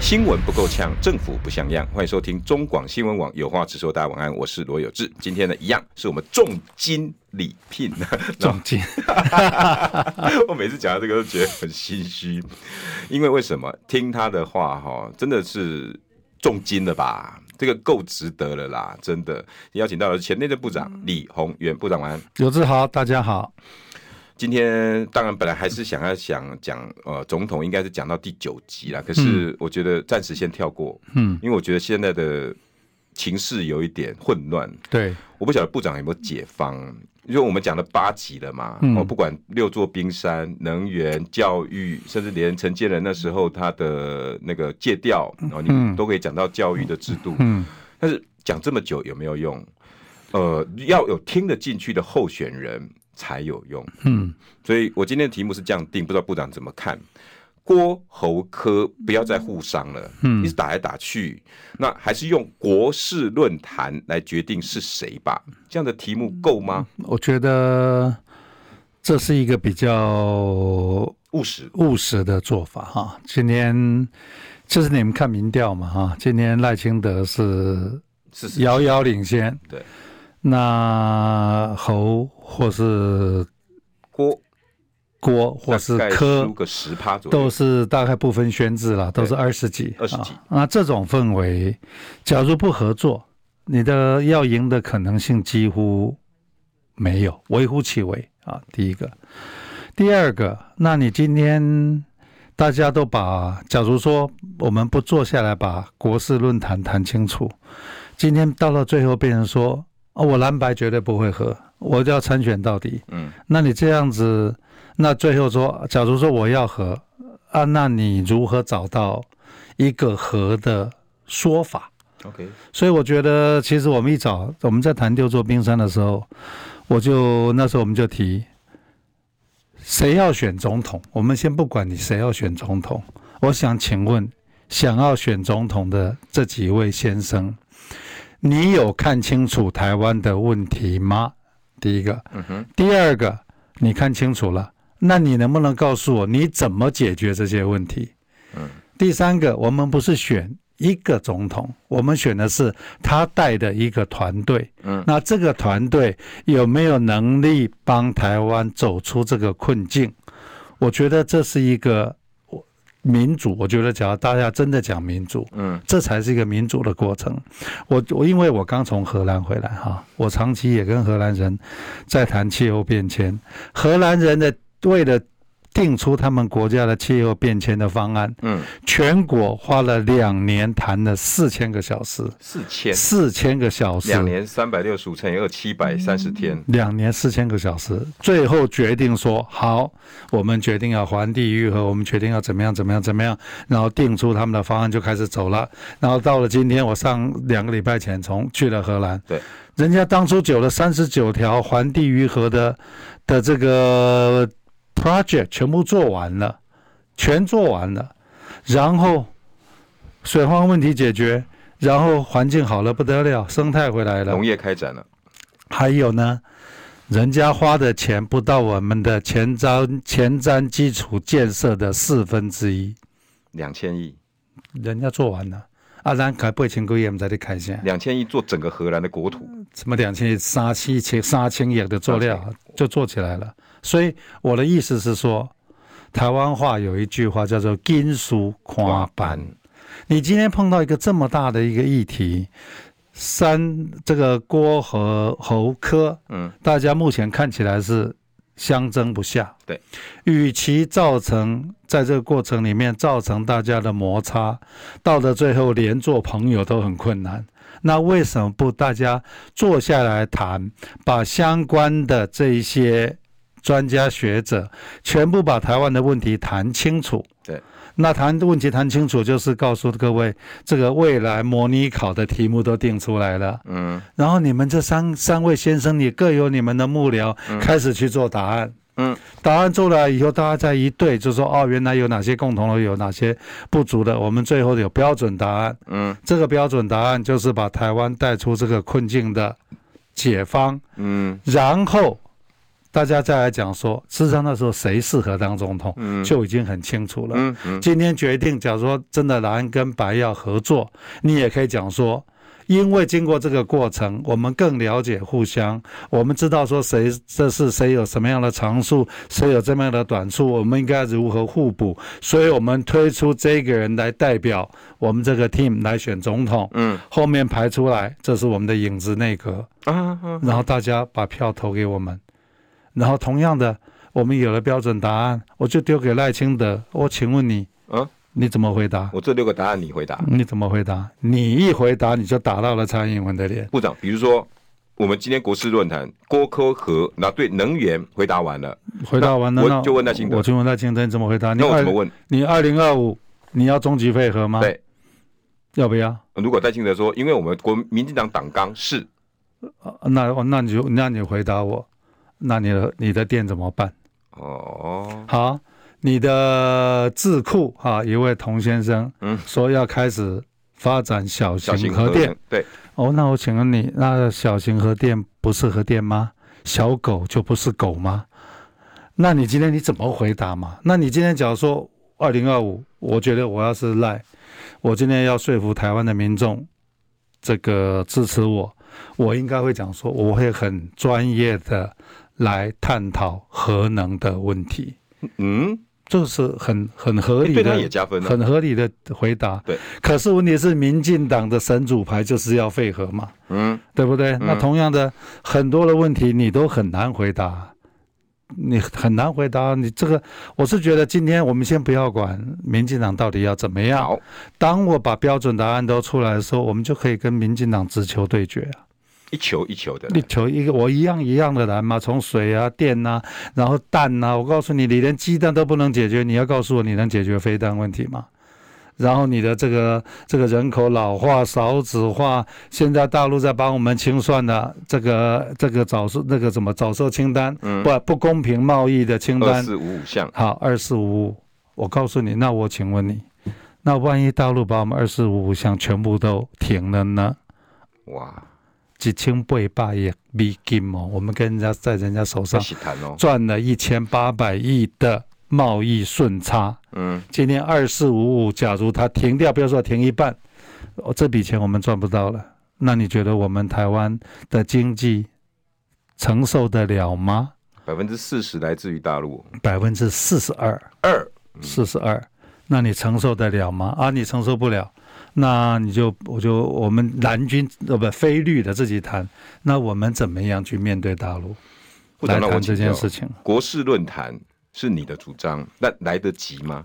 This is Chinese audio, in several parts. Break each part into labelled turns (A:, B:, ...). A: 新闻不够呛，政府不像样。欢迎收听中广新闻网，有话直说。大家晚安，我是罗有志。今天呢，一样是我们重金礼聘。
B: 重 金，
A: 我每次讲到这个都觉得很心虚，因为为什么？听他的话哈，真的是重金了吧？这个够值得了啦，真的。邀请到了前内政部长李鸿源部长，晚安。
B: 有志豪，大家好。
A: 今天当然本来还是想要想讲呃，总统应该是讲到第九集啦，可是我觉得暂时先跳过，
B: 嗯，
A: 因为我觉得现在的情势有一点混乱，
B: 对，
A: 我不晓得部长有没有解方，因为我们讲了八集了嘛，
B: 嗯
A: 哦，不管六座冰山、能源、教育，甚至连陈建仁那时候他的那个借调，然后你都可以讲到教育的制度，
B: 嗯，
A: 但是讲这么久有没有用？呃，要有听得进去的候选人才有用。
B: 嗯，
A: 所以我今天的题目是这样定，不知道部长怎么看。郭侯科不要再互伤了，嗯，一直打来打去，那还是用国事论坛来决定是谁吧。这样的题目够吗？
B: 我觉得这是一个比较
A: 务实，
B: 务实的做法哈。今天就是你们看民调嘛哈，今天赖清德是
A: 是是，
B: 遥遥领先，
A: 对，
B: 那侯或是
A: 郭
B: 郭或是
A: 大概
B: 柯
A: 输个十趴左右，
B: 都是大概不分轩制了，都是二十几，
A: 20几
B: 啊。那这种氛围，假如不合作，你的要赢的可能性几乎没有，微乎其微啊。第一个，第二个，那你今天大家都把，假如说我们不坐下来把国事论坛谈清楚，今天到了最后变成说，哦，我蓝白绝对不会合，我就要参选到底。
A: 嗯，
B: 那你这样子，那最后说，假如说我要和啊，那你如何找到一个和的说法？
A: OK，
B: 所以我觉得，其实我们一早我们在谈六座冰山的时候，我就那时候我们就提，谁要选总统？我们先不管你谁要选总统，我想请问，想要选总统的这几位先生，你有看清楚台湾的问题吗？第一个，
A: 嗯哼，
B: 第二个，你看清楚了，那你能不能告诉我你怎么解决这些问题？
A: 嗯，
B: 第三个，我们不是选一个总统，我们选的是他带的一个团队。
A: 嗯
B: 那这个团队有没有能力帮台湾走出这个困境？我觉得这是一个我民主。我觉得，只要大家真的讲民主，
A: 嗯
B: 这才是一个民主的过程。我我因为我刚从荷兰回来哈，我长期也跟荷兰人在谈气候变迁。荷兰人的为了定出他们国家的气候变迁的方案，
A: 嗯，
B: 全国花了两年谈了四千个小时，
A: 四千
B: 四千个小时，
A: 两年三百六十五乘以二七百三十天，
B: 两年四千个小时，最后决定说好，我们决定要还地愈合，我们决定要怎么样怎么样怎么样，然后定出他们的方案就开始走了。然后到了今天，我上两个礼拜前从去了荷兰，
A: 对，
B: 人家当初九了三十九条还地愈合的的这个 project 全部做完了，全做完了，然后水荒问题解决，然后环境好了不得了，生态回来了，
A: 农业开展了，
B: 还有呢，人家花的钱不到我们的前瞻前瞻基础建设的四分之一，
A: 两千亿，
B: 人家做完了。啊，咱开八千个亿，我们才得开钱，
A: 两千亿做整个荷兰的国土，
B: 什么两千亿、三七千、三千亿的做料就做起来了。所以我的意思是说，台湾话有一句话叫做“金属跨板”，你今天碰到一个这么大的一个议题，三这个郭和侯科，
A: 嗯，
B: 大家目前看起来是相争不下。
A: 对，
B: 与其造成在这个过程里面造成大家的摩擦，到了最后连做朋友都很困难。那为什么不大家坐下来谈，把相关的这一些专家学者全部把台湾的问题谈清楚？
A: 对，
B: 那谈问题谈清楚，就是告诉各位，这个未来模拟考的题目都定出来了。
A: 嗯
B: 然后你们这三三位先生，也各有你们的幕僚，开始去做答案。
A: 嗯
B: 答案做了以后，大家再一对，就说哦，原来有哪些共同的，有哪些不足的，我们最后有标准答案。
A: 嗯
B: 这个标准答案就是把台湾带出这个困境的解方，
A: 嗯
B: 然后大家再来讲说，事实上那时候谁适合当总统，
A: 嗯
B: 就已经很清楚了。
A: 嗯嗯
B: 今天决定，假如说真的蓝跟白要合作，你也可以讲说，因为经过这个过程，我们更了解互相，我们知道说谁这是谁有什么样的长处，谁有这么样的短处，我们应该如何互补，所以我们推出这个人来代表我们这个 team 来选总统，
A: 嗯
B: 后面排出来，这是我们的影子内阁，
A: 啊啊
B: 然后大家把票投给我们，然后同样的，我们有了标准答案，我就丢给赖清德。我请问你，
A: 啊！
B: 你怎么回答？
A: 我这六个答案你回答，
B: 你怎么回答？你一回答，你就打到了蔡英文的脸。
A: 部长，比如说。我们今天国事论坛，郭科和那对能源回答完了，
B: 回答完了，
A: 我
B: 那
A: 就问赖清德
B: 我就问赖清德你怎么回答？你
A: 那我
B: 二
A: 怎么问？
B: 你二零二五你要终极配合吗？
A: 对，
B: 要不要？啊
A: 如果戴清德说，因为我们国民进党党纲是，
B: 呃那哦那你就那你回答我，那你的你的店怎么办？
A: 哦，
B: 好，你的智库啊，一位童先生，
A: 嗯
B: 说要开始发展小
A: 小
B: 型
A: 型
B: 核电。，
A: 对，
B: 哦，那我请问你，那小型核电不是核电吗？小狗就不是狗吗？那你今天你怎么回答嘛？那你今天假如说二零二五，我觉得我要是赖，我今天要说服台湾的民众，这个支持我，我应该会讲说，我会很专业的来探讨核能的问题，
A: 嗯，
B: 这是很很合理
A: 对他也
B: 的。
A: 加分了，
B: 很合理的回答，
A: 对。
B: 可是问题是，民进党的神主牌就是要废核嘛，
A: 嗯
B: 对不对？那同样的，很多的问题你都很难回答，你很难回答。你这个，我是觉得今天我们先不要管民进党到底要怎么样。
A: 好，
B: 当我把标准答案都出来的时候，我们就可以跟民进党直球对决啊！
A: 一球一球的，
B: 你求一个，我一样一样的来嘛，从水啊、电啊，然后蛋啊，我告诉你，你连鸡蛋都不能解决，你要告诉我你能解决飞弹问题吗？然后你的这个这个人口老化、少子化，现在大陆在帮我们清算的这个这个早售那个什么早售清单，
A: 嗯
B: 不不公平贸易的清
A: 二
B: 单，
A: 四五五项，
B: 好二四五五，我告诉你，那我请问你，那万一大陆把我们二四五五项全部都停了呢？
A: 哇，
B: 一千八百亿美金哦，我们跟人家在人家手
A: 这
B: 上
A: 喜谈哦，
B: 赚了一千八百亿的贸易顺差。
A: 嗯
B: 今天二四五五，假如它停掉，不要说停一半，哦，这笔钱我们赚不到了。那你觉得我们台湾的经济承受得了吗？
A: 百分之四十来自于大陆，
B: 百分之四十二，
A: 二
B: 四十二，那你承受得了吗？啊，你承受不了，那你就我就我们蓝军呃不非绿的自己谈，那我们怎么样去面对大陆
A: 部
B: 来
A: 长让我
B: 谈
A: 请
B: 这
A: 教
B: 件，事情？
A: 国事论坛是你的主张，那来得及吗？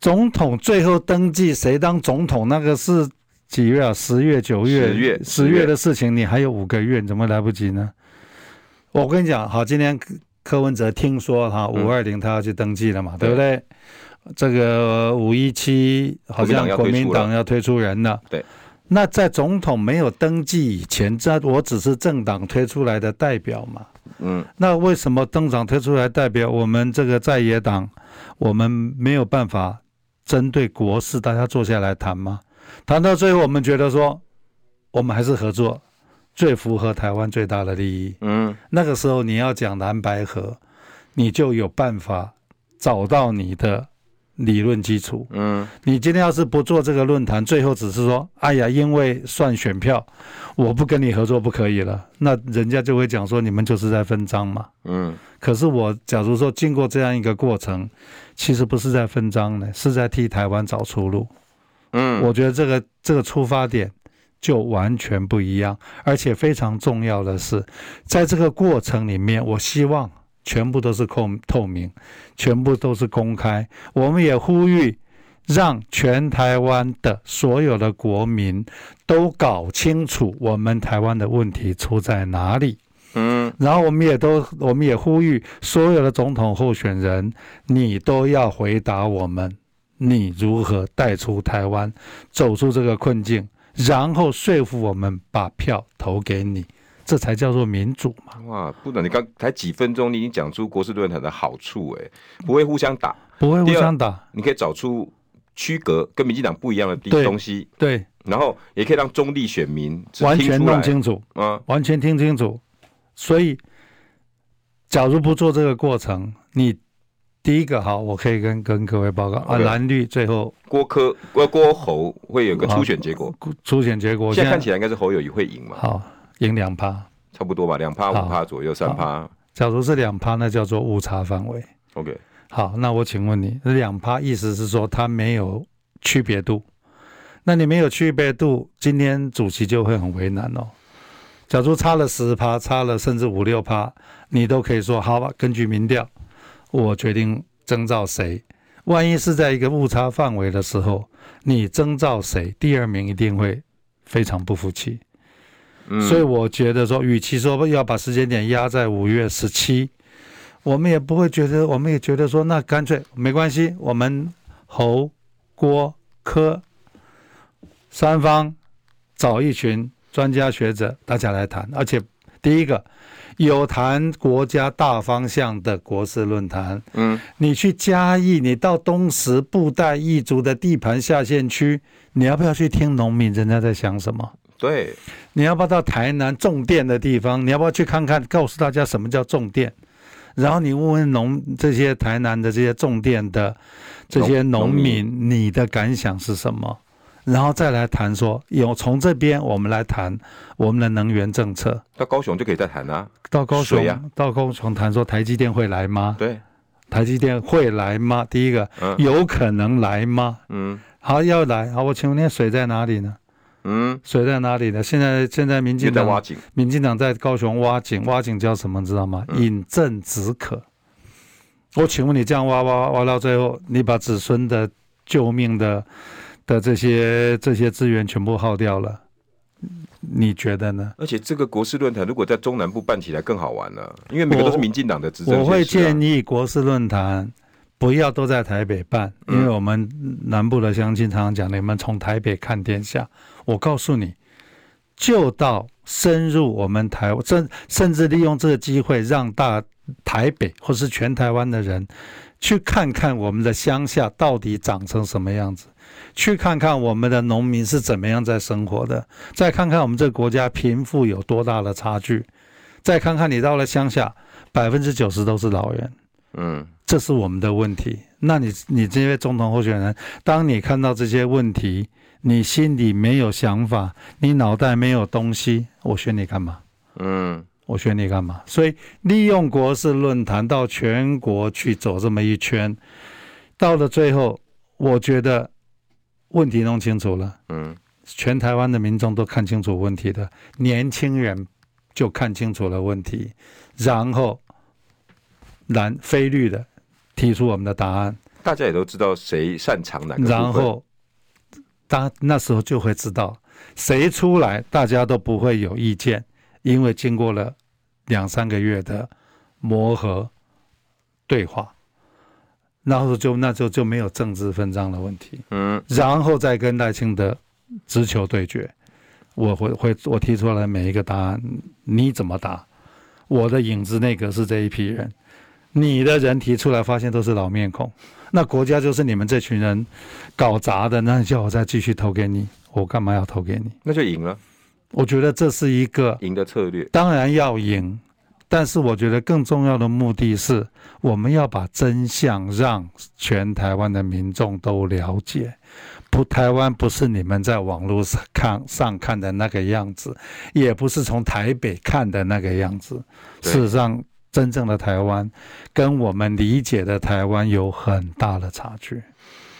B: 总统最后登记谁当总统，那个是几月啊？十月、九月、
A: 十月
B: 十月的事情，你还有五个月，你怎么来不及呢？我跟你讲，好，今天柯柯文哲听说哈
A: 嗯
B: 五二零他要去登记了嘛，对不对？这个五一七好像国
A: 国民
B: 民
A: 党
B: 党要推出人了，
A: 对。
B: 那在总统没有登记以前，这我只是政党推出来的代表嘛。
A: 嗯
B: 那为什么登场推出来代表我们这个在野党，我们没有办法针对国事大家坐下来谈吗？谈到最后，我们觉得说，我们还是合作最符合台湾最大的利益。
A: 嗯
B: 那个时候你要讲蓝白合，你就有办法找到你的理论基础。
A: 嗯
B: 你今天要是不做这个论坛，最后只是说，哎呀，因为算选票，我不跟你合作不可以了，那人家就会讲说你们就是在分赃嘛。
A: 嗯
B: 可是我假如说经过这样一个过程，其实不是在分赃呢，是在替台湾找出路。
A: 嗯，
B: 我觉得这个这个出发点就完全不一样，而且非常重要的是，在这个过程里面，我希望全部都是透透明，全部都是公开。我们也呼吁。让全台湾的所有的国民都搞清楚我们台湾的问题出在哪里，
A: 嗯，
B: 然后我们也都，我们也呼吁所有的总统候选人，你都要回答我们，你如何带出台湾，走出这个困境，然后说服我们把票投给你，这才叫做民主嘛，
A: 哇，部长，你刚才几分钟，你已经讲出国事论坛的好处、哎，不会互相打，
B: 不会互
A: 第二
B: 相打。
A: 你可以找出区隔跟民进党不一样的地
B: 对
A: 东西，
B: 对，
A: 然后也可以让中立选民只
B: 完
A: 听
B: 全
A: 出来
B: 弄清楚，
A: 啊，
B: 完全听清楚。所以，假如不做这个过程，你第一个好，我可以跟跟各位报告啊，
A: OK
B: 蓝绿最后
A: 郭科郭郭侯会有个初选结果，
B: 初选结果
A: 现在看起来应该是侯友谊会赢嘛，
B: 好赢两趴，
A: 差不多吧，两趴
B: 好
A: 五趴左右，三趴
B: 假如是两趴，那叫做误差范围。
A: ，OK，
B: 好，那我请问你，这两趴意思是说它没有区别度？那你没有区别度，今天主席就会很为难哦。假如差了十趴，差了甚至五六趴，你都可以说好吧，根据民调，我决定征召谁。万一是在一个误差范围的时候，你征召谁，第二名一定会非常不服气。
A: 嗯，
B: 所以我觉得说，与其说要把时间点压在五月十七，我们也不会觉得，我们也觉得说，那干脆没关系，我们侯、郭、柯三方找一群专家学者，大家来谈。而且第一个有谈国家大方向的国事论坛，
A: 嗯，
B: 你去嘉义，你到东石布袋一族的地盘下县区，你要不要去听农民人家在想什么？
A: 对，
B: 你要不要到台南种电的地方？你要不要去看看，告诉大家什么叫种电？然后你问问农这些台南的这些种电的这些农民，你的感想是什么？然后再来谈说，有从这边我们来谈我们的能源政策。
A: 到高雄就可以再谈啦、
B: 到高雄，
A: 水啊
B: 到高雄谈说台积电会来吗？
A: 对，
B: 台积电会来吗？第一个
A: 嗯
B: 有可能来吗？
A: 嗯
B: 好，要来。好，我请问你水在哪里呢？
A: 嗯，
B: 水在哪里呢？现在现在民
A: 又
B: 进
A: 在
B: 党
A: 挖井，
B: 民进党在高雄挖井，挖井叫什么？你知道吗？
A: 嗯
B: 饮鸩止渴。我请问你，这样挖挖挖到最后，你把子孙的救命的的这些这些资源全部耗掉了，你觉得呢？
A: 而且这个国事论坛如果在中南部办起来更好玩了，因为每个都是民进党的执政、啊
B: 我会建
A: 议，
B: 议国事论坛不要都在台北办，
A: 嗯
B: 因为我们南部的乡亲常常讲，你们从台北看天下。我告诉你，就到深入我们台，甚甚至利用这个机会，让大台北或是全台湾的人去看看我们的乡下到底长成什么样子。去看看我们的农民是怎么样在生活的，再看看我们这个国家贫富有多大的差距，再看看你到了乡下，百分之九十都是老人，
A: 嗯，
B: 这是我们的问题。那你你这些总统候选人，当你看到这些问题，你心里没有想法，你脑袋没有东西，我选你干嘛？
A: 嗯，
B: 我选你干嘛？所以利用国事论坛到全国去走这么一圈，到了最后，我觉得问题弄清楚了，
A: 嗯，
B: 全台湾的民众都看清楚问题的，年轻人就看清楚了问题，然后蓝非绿的提出我们的答案，
A: 大家也都知道谁擅长哪个部分
B: 然后当那时候就会知道谁出来，大家都不会有意见，因为经过了两三个月的磨合对话，然后就那就就没有政治分赃的问题。
A: 嗯，
B: 然后再跟赖清德直球对决。我会会我提出来每一个答案，你怎么答？我的影子内阁是这一批人，你的人提出来发现都是老面孔，那国家就是你们这群人搞砸的，那你叫我再继续投给你，我干嘛要投给你？
A: 那就赢了，
B: 我觉得这是一个
A: 赢的策略。
B: 当然要赢，但是我觉得更重要的目的是，我们要把真相让全台湾的民众都了解。不，台湾不是你们在网络上看上看的那个样子，也不是从台北看的那个样子。
A: 对
B: 事实上，真正的台湾跟我们理解的台湾有很大的差距。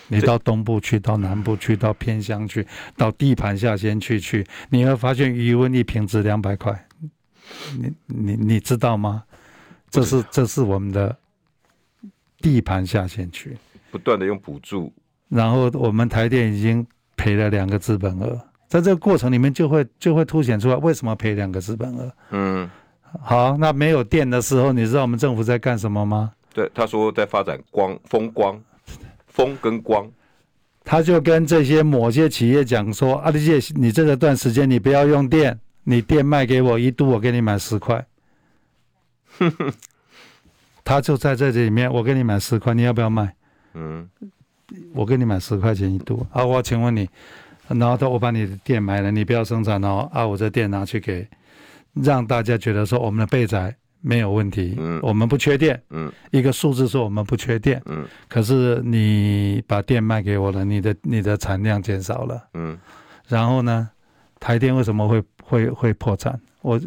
B: 你
A: 对
B: 到东部去，到南部去，到偏乡去，到地盘下先去去，你会发现余温一瓶值两百块，你你你知道吗？这是这是我们的地盘下先去，
A: 不断的用补助，
B: 然后我们台电已经赔了两个资本额，在这个过程里面就会就会凸显出来为什么赔两个资本额。
A: 嗯，
B: 好，那没有电的时候，你知道我们政府在干什么吗？
A: 对，他说在发展光风光，风跟光，
B: 他就跟这些某些企业讲说：“啊，丽姐，你这个段时间你不要用电，你电卖给我一度，我给你买十块。”他就在这里面，我给你买十块，你要不要卖？
A: 嗯，
B: 我给你买十块钱一度啊！我请问你，然后他我把你的电买了，你不要生产哦啊！我这电拿去给，让大家觉得说我们的备载没有问题，
A: 嗯
B: 我们不缺电，
A: 嗯，
B: 一个数字说我们不缺电，
A: 嗯，
B: 可是你把电卖给我了，你的你的产量减少了，
A: 嗯，
B: 然后呢，台电为什么会会会破产？我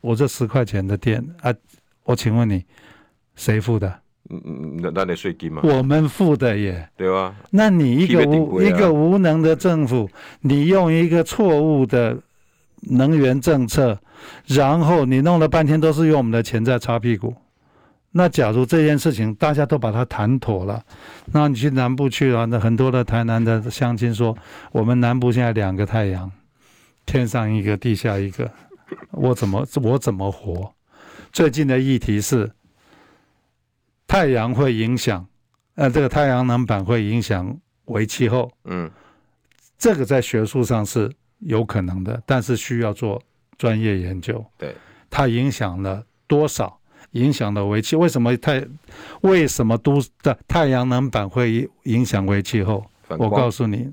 B: 我这十块钱的电啊，我请问你，谁付的？
A: 嗯嗯，那那得税金嘛，
B: 我们付的耶。
A: 对吧？
B: 那你一个
A: 匹配顶
B: 无、
A: 规啊
B: 一个无能的政府，你用一个错误的能源政策，然后你弄了半天都是用我们的钱在擦屁股。那假如这件事情大家都把它谈妥了，那你去南部去了，那很多的台南的乡亲说，我们南部现在两个太阳，天上一个，地下一个，我怎么我怎么活？最近的议题是，太阳会影响，呃，这个太阳能板会影响为气候，
A: 嗯
B: 这个在学术上是有可能的，但是需要做专业研究。
A: 对，
B: 它影响了多少？影响了为气？为什么太为什么都的太阳能板会影响为气候？
A: 反
B: 我告
A: 光，
B: 诉你，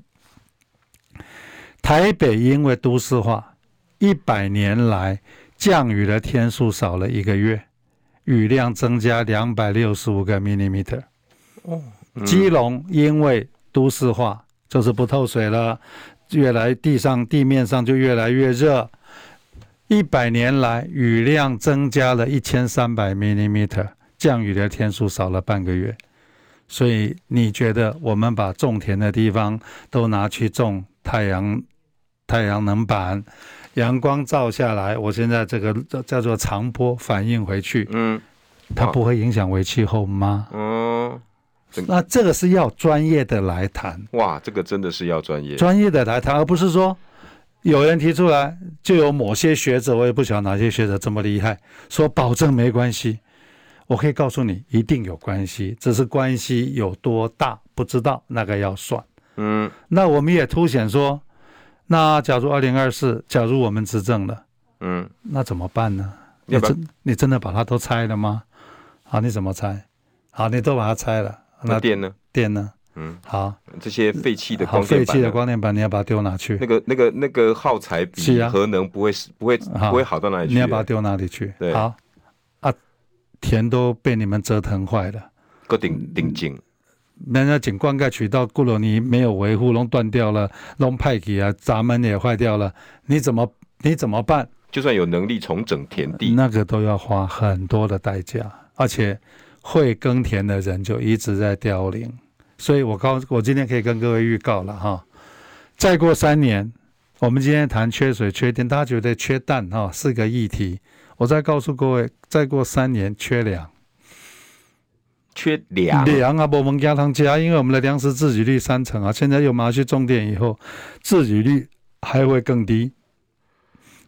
B: 台北因为都市化，一百年来降雨的天数少了一个月，雨量增加两百六十五个 millimeter。
A: 嗯
B: 基隆因为都市化，就是不透水了，越来地上地面上就越来越热。一百年来，雨量增加了一千三百 millimeter，降雨的天数少了半个月。所以你觉得我们把种田的地方都拿去种太阳太阳能板，阳光照下来，我现在这个叫叫做长波反应回去，
A: 嗯
B: 它不会影响为气候吗？
A: 嗯，整
B: 那这个是要专业的来谈，
A: 哇，这个真的是要专业，
B: 专业的来谈，而不是说有人提出来，就有某些学者，我也不晓得哪些学者这么厉害，说保证没关系。我可以告诉你，一定有关系，只是关系有多大不知道，那个要算。
A: 嗯
B: 那我们也凸显说，那假如二零二四，假如我们执政了，
A: 嗯，
B: 那怎么办呢？你
A: 要不然
B: 真你真的把它都拆了吗？好，你怎么拆？好，你都把它拆了，
A: 那
B: 那
A: 电呢？
B: 电呢？
A: 嗯，
B: 好，
A: 这些废弃的
B: 好
A: 光
B: 废
A: 电
B: 弃
A: 板
B: 的
A: 呢，
B: 光电板，你要把它丢哪去？
A: 那个那个那个耗材
B: 是
A: 比
B: 啊
A: 核能不会不会
B: 好
A: 不会好到哪里去啊
B: 你要把它，丢哪里去？
A: 对
B: 好啊，田都被你们折腾坏了，
A: 个顶顶紧，
B: 人家井灌溉渠道过了，你没有维护，弄断掉了，弄派给啊，闸门也坏掉了，你怎么你怎么办？
A: 就算有能力重整田地，
B: 那个都要花很多的代价，而且会耕田的人就一直在凋零。所以我告我今天可以跟各位预告了哈，再过三年，我们今天谈缺水、缺电，大家觉得缺氮哈是个议题。我再告诉各位，再过三年缺粮，
A: 缺粮，
B: 粮啊，我们加汤加，因为我们的粮食自给率三成啊，现在有麻去种电以后，自给率还会更低。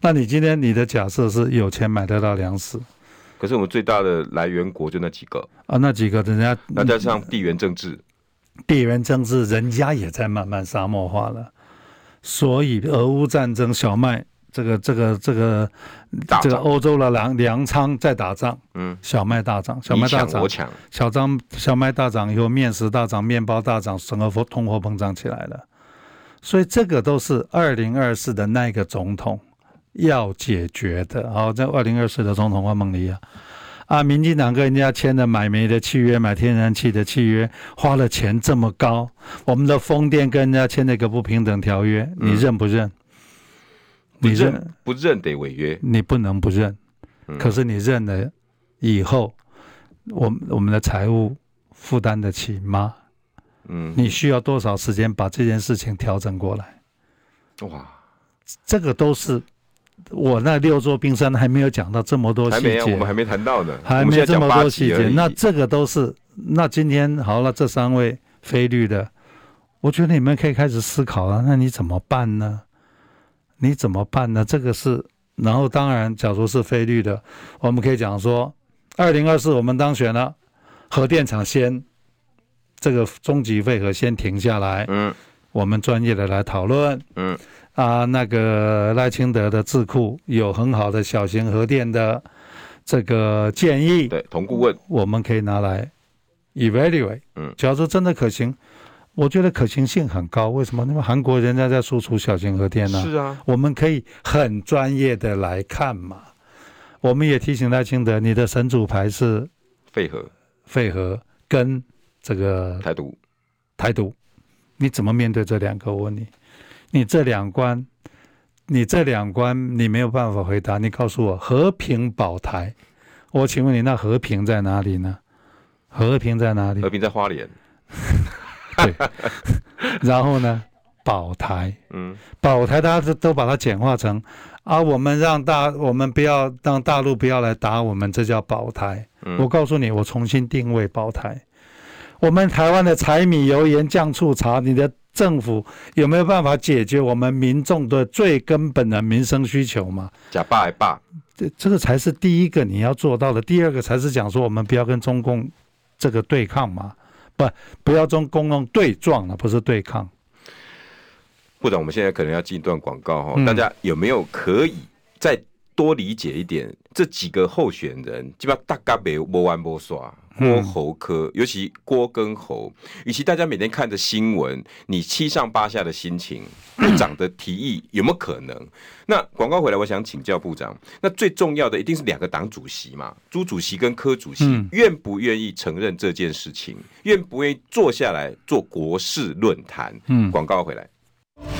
B: 那你今天你的假设是有钱买得到粮食，
A: 可是我们最大的来源国就那几个，
B: 啊，那几个人家
A: 那加上地缘政治，
B: 地缘政治，人家也在慢慢沙漠化了，所以俄乌战争，小麦这个这个这个
A: 大
B: 这个
A: 涨
B: 欧洲的粮粮仓在打仗，
A: 嗯，
B: 小麦大涨，小
A: 你
B: 麦大
A: 抢
B: 涨
A: 我，抢，
B: 小张小麦大涨以后，面食大涨，面包大涨，整个通货膨胀起来了，所以这个都是二零二四的那个总统要解决的。好，在二零二四的总统万梦里啊，啊，民进党跟人家签的买煤的契约、买天然气的契约，花了钱这么高，我们的风电跟人家签了一个不平等条约，你
A: 嗯
B: 认不认？
A: 不
B: 你认
A: 认不认得违约，
B: 你不能不认
A: 嗯。
B: 可是你认了以后，我们我们的财务负担得起吗？
A: 嗯，
B: 你需要多少时间把这件事情调整过来？
A: 哇，
B: 这个都是我那六座冰山还没有讲到这么多
A: 还
B: 细
A: 没
B: 节，
A: 啊，我们还没谈到呢，
B: 还
A: 我们
B: 没
A: 现在
B: 这
A: 讲
B: 么
A: 八
B: 多
A: 集
B: 细节
A: 而。已
B: 那这个都是，那今天好了，这三位菲律的，我觉得啊你们可以开始思考了、那你怎么办呢？你怎么办呢？这个是然后当然，假如是非绿的，我们可以讲说，二零二四我们当选了，核电厂先这个终极废核先停下来，
A: 嗯
B: 我们专业的来讨论。
A: 嗯
B: 啊，那个赖清德的智库有很好的小型核电的这个建议，
A: 对，童顾问，
B: 我们可以拿来 evaluate。
A: 嗯
B: 假如说真的可行，我觉得可行性很高。为什么？因为韩国人家在输出小型核电呢、
A: 是啊，
B: 我们可以很专业的来看嘛。我们也提醒赖清德，你的神主牌是
A: 废核
B: 废核跟这个
A: 台独，
B: 台独，你怎么面对这两个？我问你，你这两关，你这两关你没有办法回答。你告诉我，和平保台，我请问你，那和平在哪里呢？和平 在哪里
A: 和？平在花莲，
B: 然后呢？保台，
A: 嗯
B: 保台，大家都都把它简化成啊，我们让大，我们不要让大陆不要来打我们，这叫保台。
A: 嗯，
B: 我告诉你，我重新定位包台。我们台湾的柴米油盐酱醋茶，你的政府有没有办法解决我们民众的最根本的民生需求嘛？
A: 假爸还爸，
B: 这这个才是第一个你要做到的，第二个才是讲说我们不要跟中共这个对抗嘛，不不要中共共对撞了，不是对抗。
A: 部长，我们现在可能要进一段广告哈、
B: 嗯
A: 大家有没有可以再多理解一点这几个候选人？基本上大概没摸完摸耍。
B: 嗯
A: 郭侯科，尤其郭跟侯，与其大家每天看着新闻，你七上八下的心情，部长的提议有没有可能？那广告回来，我想请教部长，那最重要的一定是两个党主席嘛，朱主席跟柯主席、
B: 嗯
A: 愿不愿意承认这件事情，愿不愿意坐下来做国事论坛？
B: 嗯
A: 广告回来。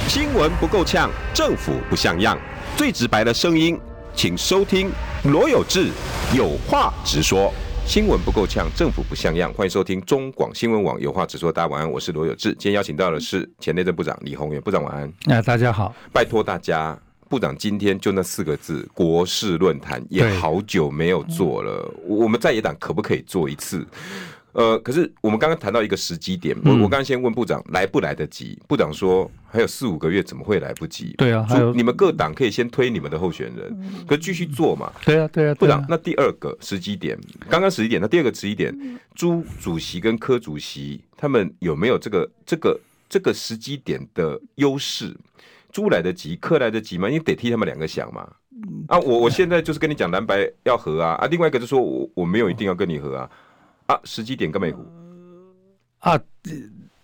A: 新闻不够呛，政府不像样，最直白的声音，请收听罗有志有话直说。新闻不够呛，政府不像样，欢迎收听中广新闻网有话直说。大家晚安，我是罗有志。今天邀请到的是前内政部长李鸿源，部长晚安。
B: 哎、大家好，
A: 拜托大家，部长今天就那四个字“国事论坛”也
B: 对
A: 好久没有做了。
B: 嗯
A: 我我们在野党可不可以做一次？呃，可是我们刚刚谈到一个时机点，我
B: 嗯
A: 我刚刚先问部长来不来得及，部长说还有四五个月，怎么会来不及？
B: 对啊还有嗯
A: 你们各党可以先推你们的候选人，可继续做嘛。
B: 对啊，对啊，
A: 部
B: 对
A: 长
B: 啊，，
A: 那第二个时机点，刚刚时机点，那第二个时机点，朱主席跟柯主席他们有没有这个这个这个时机点的优势？朱来得及，柯来得及吗？因为得替他们两个想嘛。
B: 嗯
A: 啊，我我现在就是跟你讲蓝白要和啊啊，另外一个就说我我没有一定要跟你和啊啊，时机点跟美湖
B: 啊。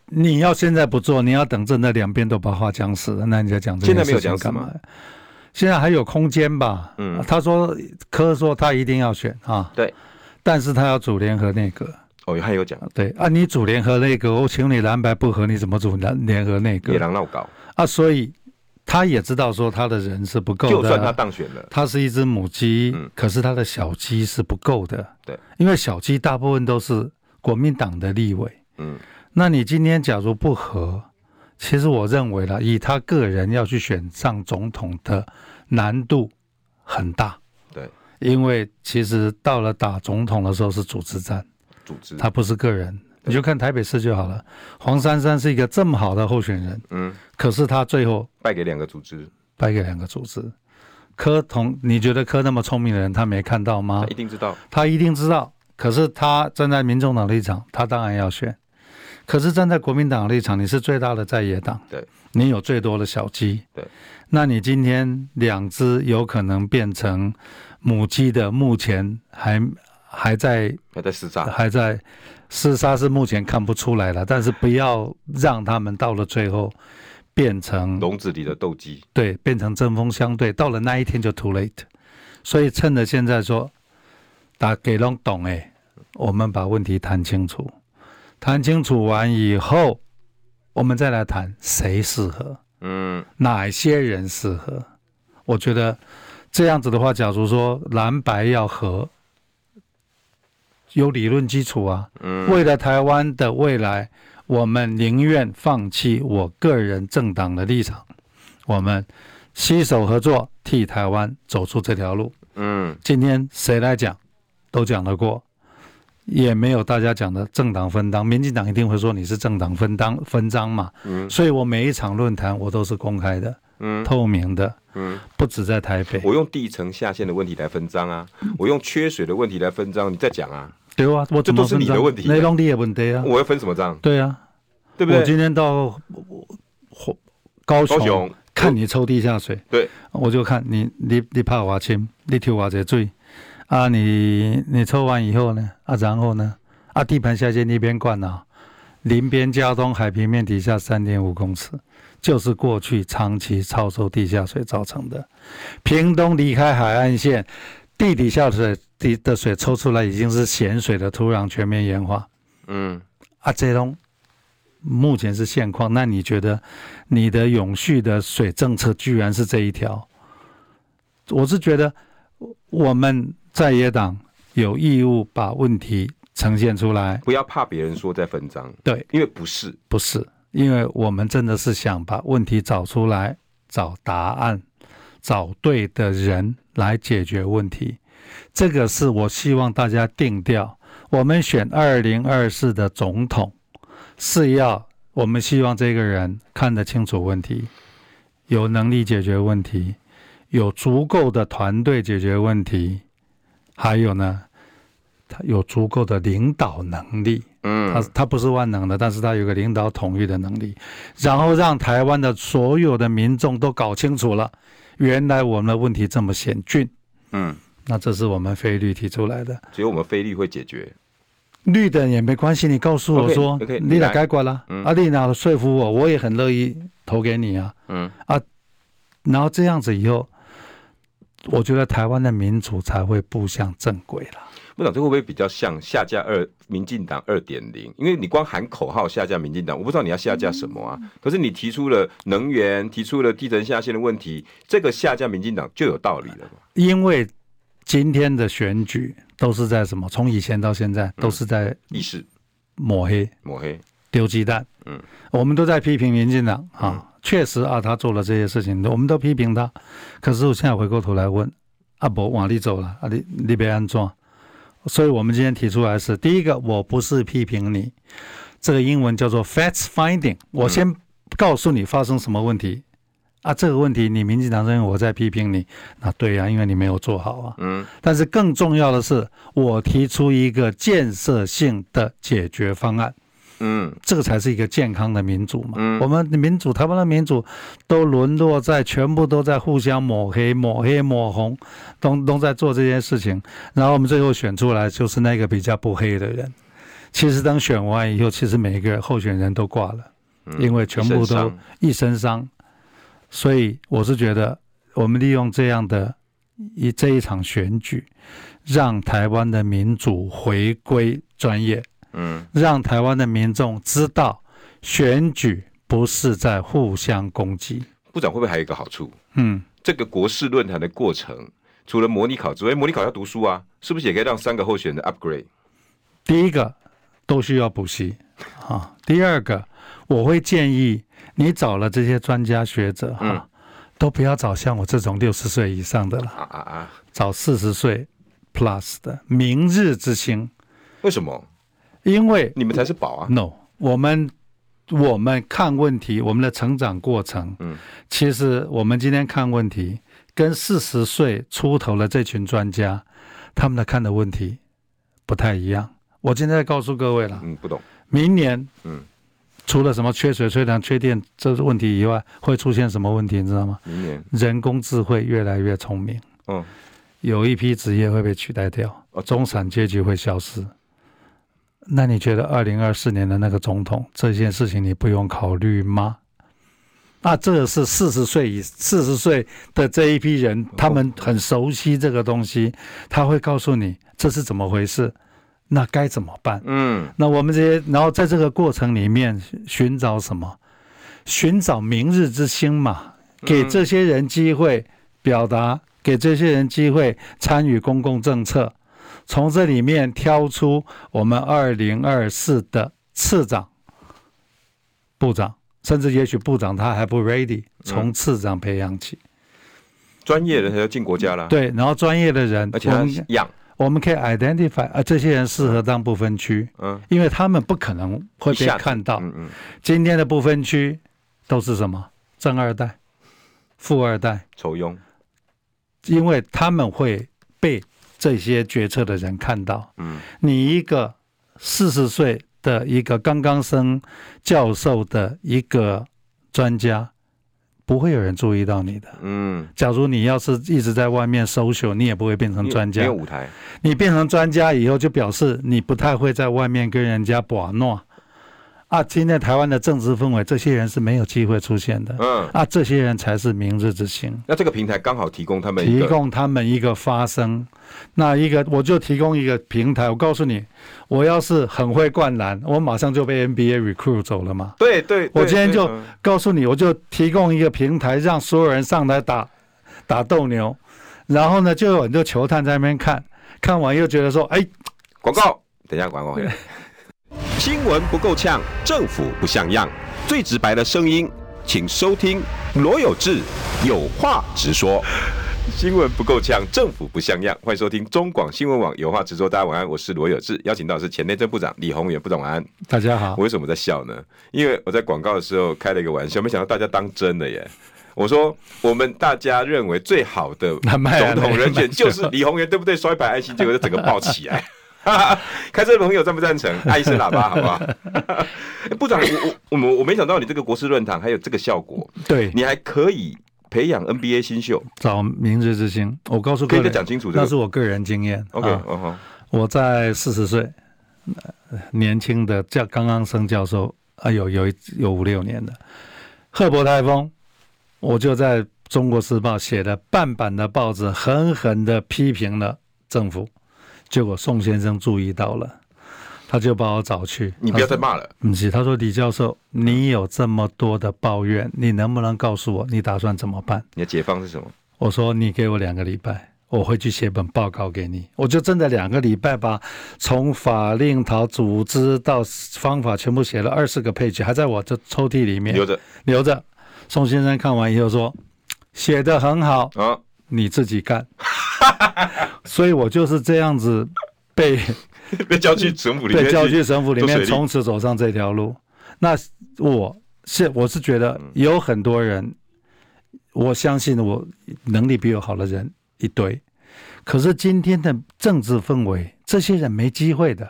B: 你要现在不做，你要等正在两边都把话讲死了，那你在讲这
A: 现在
B: 件
A: 没有
B: 事情
A: 讲死
B: 干嘛
A: 吗？
B: 现在还有空间吧？啊
A: 嗯
B: 他说科说他一定要选啊，
A: 对，
B: 但是他要组联合内阁，
A: 哦，还有讲
B: 对啊，你组联合内阁，我请你蓝白不合，你怎么组联联合内
A: 野
B: 阁
A: 狼闹搞，
B: 啊？所以他也知道说他的人是不够的，
A: 就算他当选了，
B: 它是一只母鸡，
A: 嗯
B: 可是它的小鸡是不够的。
A: 对，
B: 因为小鸡大部分都是国民党的立委。
A: 嗯，
B: 那你今天假如不和，其实我认为啦，以他个人要去选上总统的难度很大。
A: 对，
B: 因为其实到了打总统的时候是组织战，
A: 组织，
B: 他不是个人。你就看台北市就好了，黄珊珊是一个这么好的候选人，
A: 嗯，
B: 可是他最后
A: 败给两个组织，
B: 败给两个组织。柯同，你觉得柯那么聪明的人，他没看到吗
A: 他一？定知道，
B: 他一定知道。可是他站在民众党立场，他当然要选。可是站在国民党立场，你是最大的在野党，
A: 对，
B: 你有最多的小鸡，
A: 对。
B: 那你今天两只有可能变成母鸡的，目前还还在
A: 还在厮杀，
B: 还在厮杀，是目前看不出来了。但是不要让他们到了最后变成
A: 笼子里的斗鸡，
B: 对，变成针锋相对，到了那一天就 too late。所以趁着现在说，打给拢懂哎，我们把问题谈清楚，谈清楚完以后，我们再来谈谁适合，
A: 嗯，
B: 哪些人适合。我觉得这样子的话，假如说蓝白要合，有理论基础啊，
A: 嗯
B: 为了台湾的未来，我们宁愿放弃我个人政党的立场，我们携手合作，替台湾走出这条路。
A: 嗯
B: 今天谁来讲，都讲得过，也没有大家讲的政党分赃。民进党一定会说你是政党分赃分赃嘛，
A: 嗯
B: 所以我每一场论坛我都是公开的，
A: 嗯
B: 透明的，
A: 嗯，
B: 不止在台北。
A: 我用地层下陷的问题来分赃啊，
B: 嗯
A: 我用缺水的问题来分赃，你再讲啊，
B: 对啊，我怎
A: 这
B: 么
A: 都是你的问题
B: 那拢你的问题啊。
A: 我要分什么赃？
B: 对啊，
A: 对不
B: 我
A: 对？
B: 今天到我我高雄
A: 高雄
B: 看你抽地下水，
A: 对，
B: 我就看你你你怕我深，你抽我这水啊，你你抽完以后呢，啊，然后呢，啊，地盘下陷那边灌啊，林边交通海平面底下三点五公尺，就是过去长期超收地下水造成的。屏东离开海岸线，地底下水地的水抽出来已经是咸水的土壤全面盐化
A: 嗯，
B: 啊，这东。目前是现况，那你觉得你的永续的水政策居然是这一条？我是觉得我们在野党有义务把问题呈现出来，
A: 不要怕别人说在分赃，
B: 对，
A: 因为不是，
B: 不是，因为我们真的是想把问题找出来，找答案，找对的人来解决问题。这个是我希望大家定调。我们选二零二四的总统，是要我们希望这个人看得清楚问题，有能力解决问题，有足够的团队解决问题，还有呢，他有足够的领导能力。他
A: 嗯，
B: 他不是万能的，但是他有个领导统御的能力，然后让台湾的所有的民众都搞清楚了，原来我们的问题这么险峻。
A: 嗯，
B: 那这是我们非律提出来的，
A: 只有我们菲律会解决，
B: 绿的也没关系，你告诉我
A: OK，
B: 说
A: OK，
B: 你
A: 你来
B: 哪改管了，
A: 嗯
B: 啊，你哪说服我，我也很乐意投给你啊。
A: 嗯
B: 然后这样子以后，我觉得台湾的民主才会步向正轨了。
A: 部长，这会不会比较像下架二民进党二点零？因为你光喊口号下架民进党，我不知道你要下架什么啊。
B: 嗯
A: 可是你提出了能源，提出了地层下陷的问题，这个下架民进党就有道理了嘛？
B: 因为今天的选举都是在什么？从以前到现在
A: 嗯
B: 都是在
A: 意识
B: 抹黑。
A: 抹黑，
B: 丢鸡蛋。
A: 嗯，
B: 我们都在批评民进党啊，确实啊，他做了这些事情，我们都批评他。可是我现在回过头来问，阿伯往里走了，啊，你你别安装。所以我们今天提出来是第一个，我不是批评你，这个英文叫做 facts finding，我
A: 嗯
B: 先告诉你发生什么问题。啊，这个问题你民进党认为我在批评你，那对呀、因为你没有做好啊。
A: 嗯
B: 但是更重要的是，我提出一个建设性的解决方案。
A: 嗯
B: 这个才是一个健康的民主嘛。
A: 嗯
B: 我们的民主，台湾的民主都沦落在全部都在互相抹黑、抹黑、抹红，都都在做这些事情。然后我们最后选出来就是那个比较不黑的人。其实当选完以后，其实每一个候选人都挂了，
A: 嗯
B: 因为全部
A: 一身
B: 都
A: 伤
B: 一身伤。所以我是觉得，我们利用这样的一这一场选举，让台湾的民主回归专业。
A: 嗯
B: 让台湾的民众知道，选举不是在互相攻击。
A: 部长会不会还有一个好处？
B: 嗯，
A: 这个国事论坛的过程，除了模拟考之外，模拟考要读书啊，是不是也可以让三个候选人 upgrade？
B: 第一个都需要补习啊。第二个，我会建议你找了这些专家学者哈、
A: 嗯
B: 都不要找像我这种六十岁以上的了，
A: 啊啊啊！
B: 找四十岁 plus 的明日之星，
A: 为什么？
B: 因为
A: 你们才是宝啊！
B: no，我们我们看问题，我们的成长过程，
A: 嗯，
B: 其实我们今天看问题，跟四十岁出头的这群专家，他们的看的问题不太一样。我今天在告诉各位了，
A: 嗯，不懂。
B: 明年，
A: 嗯，
B: 除了什么缺水、缺粮、缺电这个问题以外，会出现什么问题？你知道吗？
A: 明年，
B: 人工智慧越来越聪明，
A: 嗯，
B: 有一批职业会被取代掉
A: 哦，
B: 中产阶级会消失。那你觉得二零二四年的那个总统这件事情你不用考虑吗？那这是四十岁以四十岁的这一批人，他们很熟悉这个东西，他会告诉你这是怎么回事，那该怎么办？
A: 嗯
B: 那我们这些，然后在这个过程里面寻寻找什么？寻找明日之星嘛，
A: 嗯
B: 给这些人机会表达，给这些人机会参与公共政策，从这里面挑出我们二零二四的次长、部长，甚至也许部长他还不
A: 嗯
B: ready，从次长培养起。
A: 专业人才要进国家啦。
B: 对，然后专业的人，
A: 啊而且
B: 我
A: 他
B: 们
A: 养，
B: 我们可以 identify 啊，这些人适合当不分区，
A: 嗯，
B: 因为他们不可能会
A: 一
B: 被
A: 下子嗯
B: 看到。
A: 嗯嗯，
B: 今天的不分区都是什么正二代、富二代，
A: 仇庸，
B: 因为他们会被这些决策的人看到。
A: 嗯，
B: 你一个四十岁的一个刚刚升教授的一个专家，不会有人注意到你的。
A: 嗯，
B: 假如你要是一直在外面 social，你也不会变成
A: 没有
B: 专家
A: 没有。舞台，
B: 你变成专家以后，就表示你不太会在外面跟人家把闹。啊，今天台湾的政治氛围，这些人是没有机会出现的。
A: 嗯，
B: 啊，这些人才是明日之星，
A: 那这个平台刚好提供他们一
B: 提
A: 个，
B: 供他们一个发声。那一个，我就提供一个平台。我告诉你，我要是很会灌篮，我马上就被 NBA recruit 走了嘛。
A: 对对，对
B: 我今天就
A: 对嗯
B: 告诉你，我就提供一个平台，让所有人上来打打斗牛。然后呢，就有很多球探在那边看，看完又觉得说，哎，
A: 广告，等一下广告回来。新闻不够呛，政府不像样，最直白的声音，请收听罗有志有话直说。新闻不够呛，政府不像样，欢迎收听中广新闻网有话直说。大家晚安，我是罗有志，邀请到的是前内政部长李鸿源部长晚安。
B: 大家好
A: 我。为什么在笑呢？因为我在广告的时候开了一个玩笑，没想到大家当真了耶。我说，我们大家认为最好的总统人选就是李鸿源，对不对？摔牌爱心，结果就整个爆起来。 开车的朋友赞不赞 成？爱一声喇叭，好不好？ 部长，我我我们我没想到你这个国事论坛还有这个效果，
B: 对，
A: 你还可以培养 NBA 新秀，
B: 找明日之星，我告诉
A: 可
B: 各
A: 以再
B: 位，
A: 讲清楚这
B: 那
A: 个。
B: 是我个人经验。
A: OK，
B: 啊
A: 哦吼
B: 我在四十岁，呃年轻的教刚刚升教授，啊，有有一有五六年的赫伯泰丰，我就在《中国时报》写了半版的报纸，狠狠的批评了政府。结果宋先生注意到了，他就把我找去。
A: 你不要
B: 他
A: 再
B: 说
A: 骂了。
B: 不啊是，他说李教授，你有这么多的抱怨，你能不能告诉我，你打算怎么办？
A: 你的解放是什么？
B: 我说你给我两个礼拜，我会去写本报告给你。我就真的两个礼拜把从法令到组织到方法全部写了二十个 page，还在我这抽屉里面
A: 留着
B: 留着。宋先生看完以后说，写的很好，
A: 啊，
B: 你自己干。所以我就是这样子被
A: 被叫去政府里面
B: 被教
A: 去
B: 区省府里
A: 做水
B: 面
A: 利
B: 从此走上这条路。那我是我是觉得
A: 嗯
B: 有很多人，我相信我能力比我好的人一堆，可是今天的政治氛围，这些人没机会的。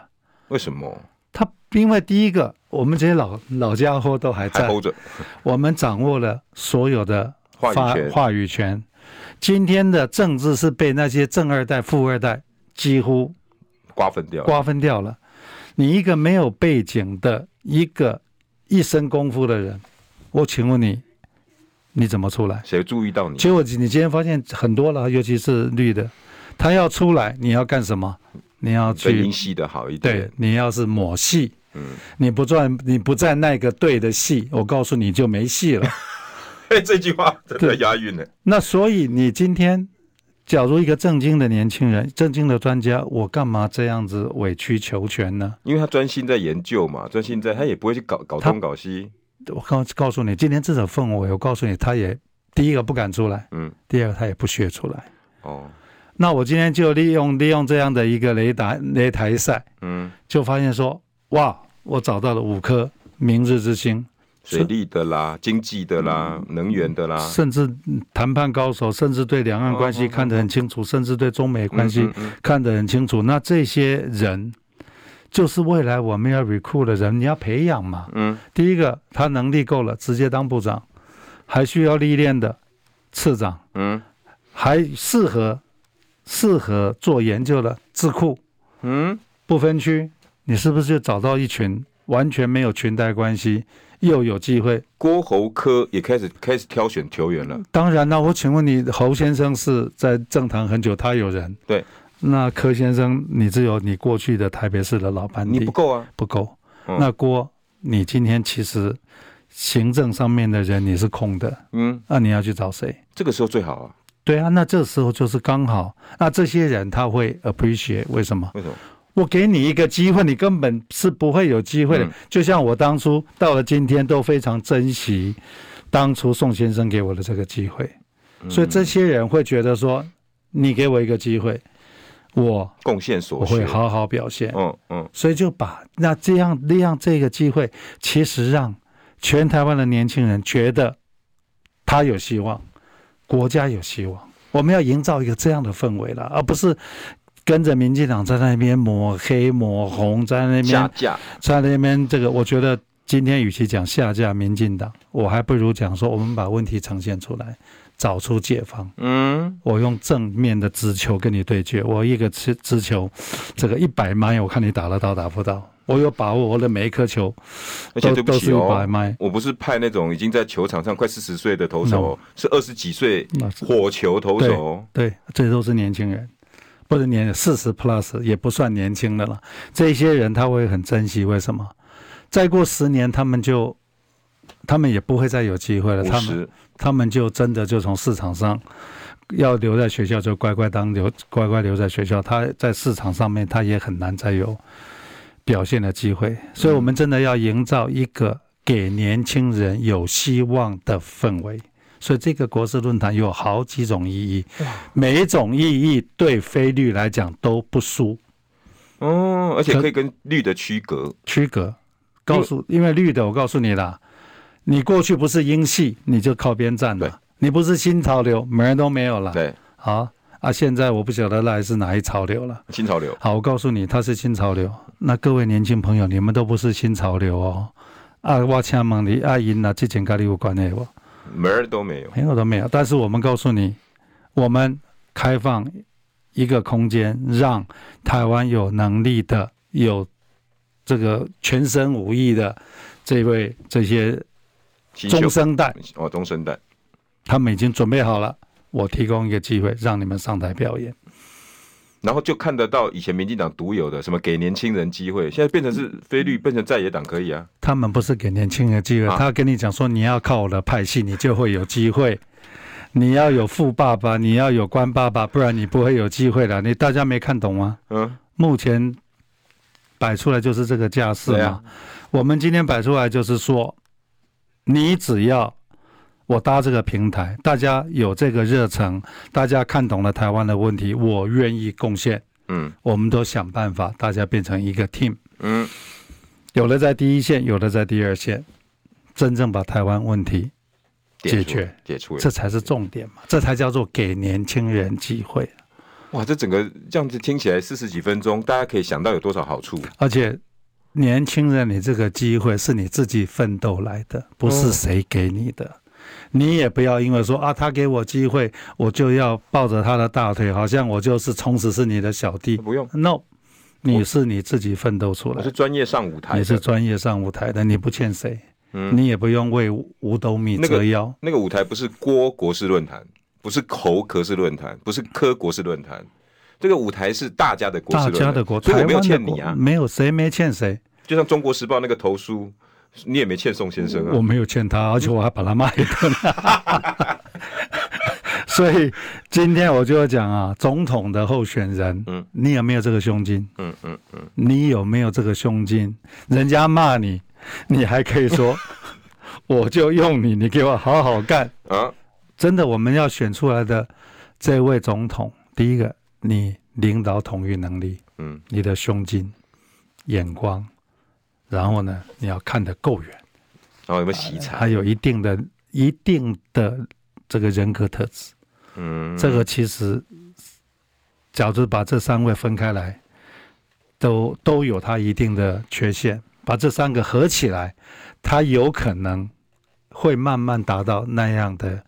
A: 为什么
B: 他因为第一个，我们这些老老家伙都还
A: 还
B: 在，
A: hold 着？
B: 我们掌握了所有的
A: 话语
B: 发
A: 权
B: 话语权。今天的政治是被那些正二代、富二代几乎
A: 瓜分掉了。
B: 呃瓜分掉了。你一个没有背景的一个一身功夫的人，我请问你，你怎么出来？
A: 谁注意到你？
B: 结果你今天发现很多了，尤其是绿的，他要出来，你要干什么？你要
A: 声音
B: 去
A: 系的好一
B: 对
A: 点，，
B: 你要是抹戏，
A: 嗯，
B: 你不赚你不在那个对的戏，我告诉你就没戏了。
A: 哎，这句话真的
B: 对
A: 押韵呢。
B: 那所以你今天，假如一个正经的年轻人、正经的专家，我干嘛这样子委曲求全呢？
A: 因为他专心在研究嘛，专心在，他也不会去搞搞东搞西。
B: 我告告诉你，今天这种氛围，我告诉你，他也第一个不敢出来，
A: 嗯，
B: 第二个他也不学出来。
A: 哦，
B: 那我今天就利用利用这样的一个雷达擂台赛，
A: 嗯，
B: 就发现说，哇，我找到了五颗明日之星，
A: 水利的啦，经济的啦，
B: 嗯
A: 能源的啦，
B: 甚至谈判高手，甚至对两岸关
A: 啊哦哦
B: 系
A: 哦
B: 看得很清楚，甚至对中美
A: 嗯
B: 关系
A: 嗯嗯
B: 看得很清楚。那这些人，就是未来我们要 recruit 的人，你要培养嘛。
A: 嗯，
B: 第一个，他能力够了，直接当部长，还需要历练的次长，
A: 嗯
B: 还适合适合做研究的智库
A: 嗯
B: 不分区，你是不是就找到一群完全没有裙带关系，又有机会？
A: 郭侯科也开始开始挑选球员了。
B: 当然了，我请问你，侯先生是在政坛很久，他有人
A: 对，
B: 那柯先生，你只有你过去的台北市的老班
A: 你
B: 底
A: 不够啊，
B: 不够，
A: 嗯
B: 那郭，你今天其实行政上面的人你是空的，
A: 嗯，
B: 那你要去找谁？
A: 这个时候最好啊。
B: 对啊，那这时候就是刚好，那这些人他会 appreciate 为什么？
A: 为什么？
B: 我给你一个机会，你根本是不会有机会的。
A: 嗯
B: 就像我当初到了今天，都非常珍惜当初宋先生给我的这个机会，
A: 嗯
B: 所以这些人会觉得说，你给我一个机会，我
A: 贡献所
B: 我
A: 学
B: 会。好好表现。
A: 嗯嗯，
B: 所以就把那这样利用这个机会，其实让全台湾的年轻人觉得他有希望，国家有希望。我们要营造一个这样的氛围了，而不是跟着民进党在那边抹黑抹红，在那
A: 下
B: 边
A: 架，
B: 在那边这个，我觉得今天与其讲下架民进党，我还不如讲说我们把问题呈现出来，找出解方。
A: 嗯，
B: 我用正面的直球跟你对决，我一个直直球，这个一百迈，我看你打得到打不到。我有把握，我的每一颗球
A: 而且
B: 都
A: 对不
B: 都
A: 起
B: 是一百
A: 哦，
B: 迈。
A: 我不是派那种已经在球场上快四十岁的投手哦，是二十几岁
B: 那是
A: 火球投手哦。
B: 嗯对，这都是年轻人，不是年四十 plus 也不算年轻的了。这些人他会很珍惜，为什么？再过十年，他们就他们也不会再有机会了。
A: 五
B: 呃他们
A: 十，
B: 他们就真的就从市场上要留在学校，就乖乖当留乖乖留在学校。他在市场上面，他也很难再有表现的机会。所以，我们真的要营造一个给年轻人有希望的氛围。所以，这个国事论坛有好几种意义，每一种意义对菲律来讲都不输
A: 哦，而且
B: 可
A: 可以跟绿的区隔，
B: 区隔。告诉，因为绿的，我告诉你啦，你过去不是英系，你就靠边站
A: 对
B: 了。你不是新潮流，门儿都没有了。
A: 对，
B: 啊啊！现在我不晓得赖是哪一潮流了。
A: 新潮流，
B: 好，我告诉你，它是新潮流。那各位年轻朋友，你们都不是新潮流哦。啊，我请问你，阿英啊，这件跟你有关的不？
A: 门儿都没有。
B: 没有都没有。但是我们告诉你，我们开放一个空间，让台湾有能力的、有这个全身武艺的这位这些
A: 新秀
B: 中生代，
A: 哦，中生代，
B: 他们已经准备好了。我提供一个机会，让你们上台表演。
A: 然后就看得到以前民进党独有的什么给年轻人机会，现在变成是菲律变成在野党可以啊。
B: 他们不是给年轻人机会，
A: 啊
B: 他跟你讲说，你要靠我的派系，你就会有机会。你要有富爸爸，你要有官爸爸，不然你不会有机会的。你大家没看懂吗？
A: 嗯，
B: 目前摆出来就是这个架势
A: 对
B: 嘛。
A: 啊
B: 我们今天摆出来就是说，你只要我搭这个平台，大家有这个热忱，大家看懂了台湾的问题，我愿意贡献，
A: 嗯
B: 我们都想办法，大家变成一个 team。
A: 嗯，
B: 有的在第一线，有的在第二线，真正把台湾问题，解
A: 出了
B: 决
A: 解除了
B: 这才是重点嘛，这才叫做给年轻人机会。
A: 哇，这整个这样子听起来四十几分钟，大家可以想到有多少好处。
B: 而且，年轻人，你这个机会是你自己奋斗来的，不是谁给你的。你也不要因为说啊，他给我机会，我就要抱着他的大腿，好像我就是从此是你的小弟。
A: 不用，
B: No，你是你自己奋斗出
A: 我
B: 来
A: 是，专业上舞台的，
B: 你是专业上舞台的，你不欠谁，
A: 嗯
B: 你也不用为五斗米
A: 那个
B: 折腰。
A: 那个舞台不是郭国士论坛，不是侯国士论坛，不是柯国士论坛，这个舞台是大家的国士
B: 大
A: 论坛，
B: 家的国，
A: 所以
B: 台
A: 我没有
B: 湾的
A: 欠
B: 国嗯
A: 你啊，
B: 没有谁没欠谁，
A: 就像《中国时报》那个投书，你也没欠宋先生啊
B: 我，没有欠他，而且我还把他骂一顿。 所以今天我就要讲啊，总统的候选人，
A: 嗯
B: 你有没有这个胸襟？
A: 嗯嗯嗯，
B: 你有没有这个胸襟？人家骂你，你还可以 说，我就用你，你给我好好干。
A: 啊，
B: 真的，我们要选出来的这位总统，第一个，你领导统御能力，
A: 嗯
B: 你的胸襟、眼光，然后呢，你要看得够远，
A: 然后有没有洗彩？
B: 还有一定的、一定的这个人格特质。
A: 嗯，
B: 这个其实，假如把这三位分开来，都都有它一定的缺陷。把这三个合起来，他有可能会慢慢达到那样的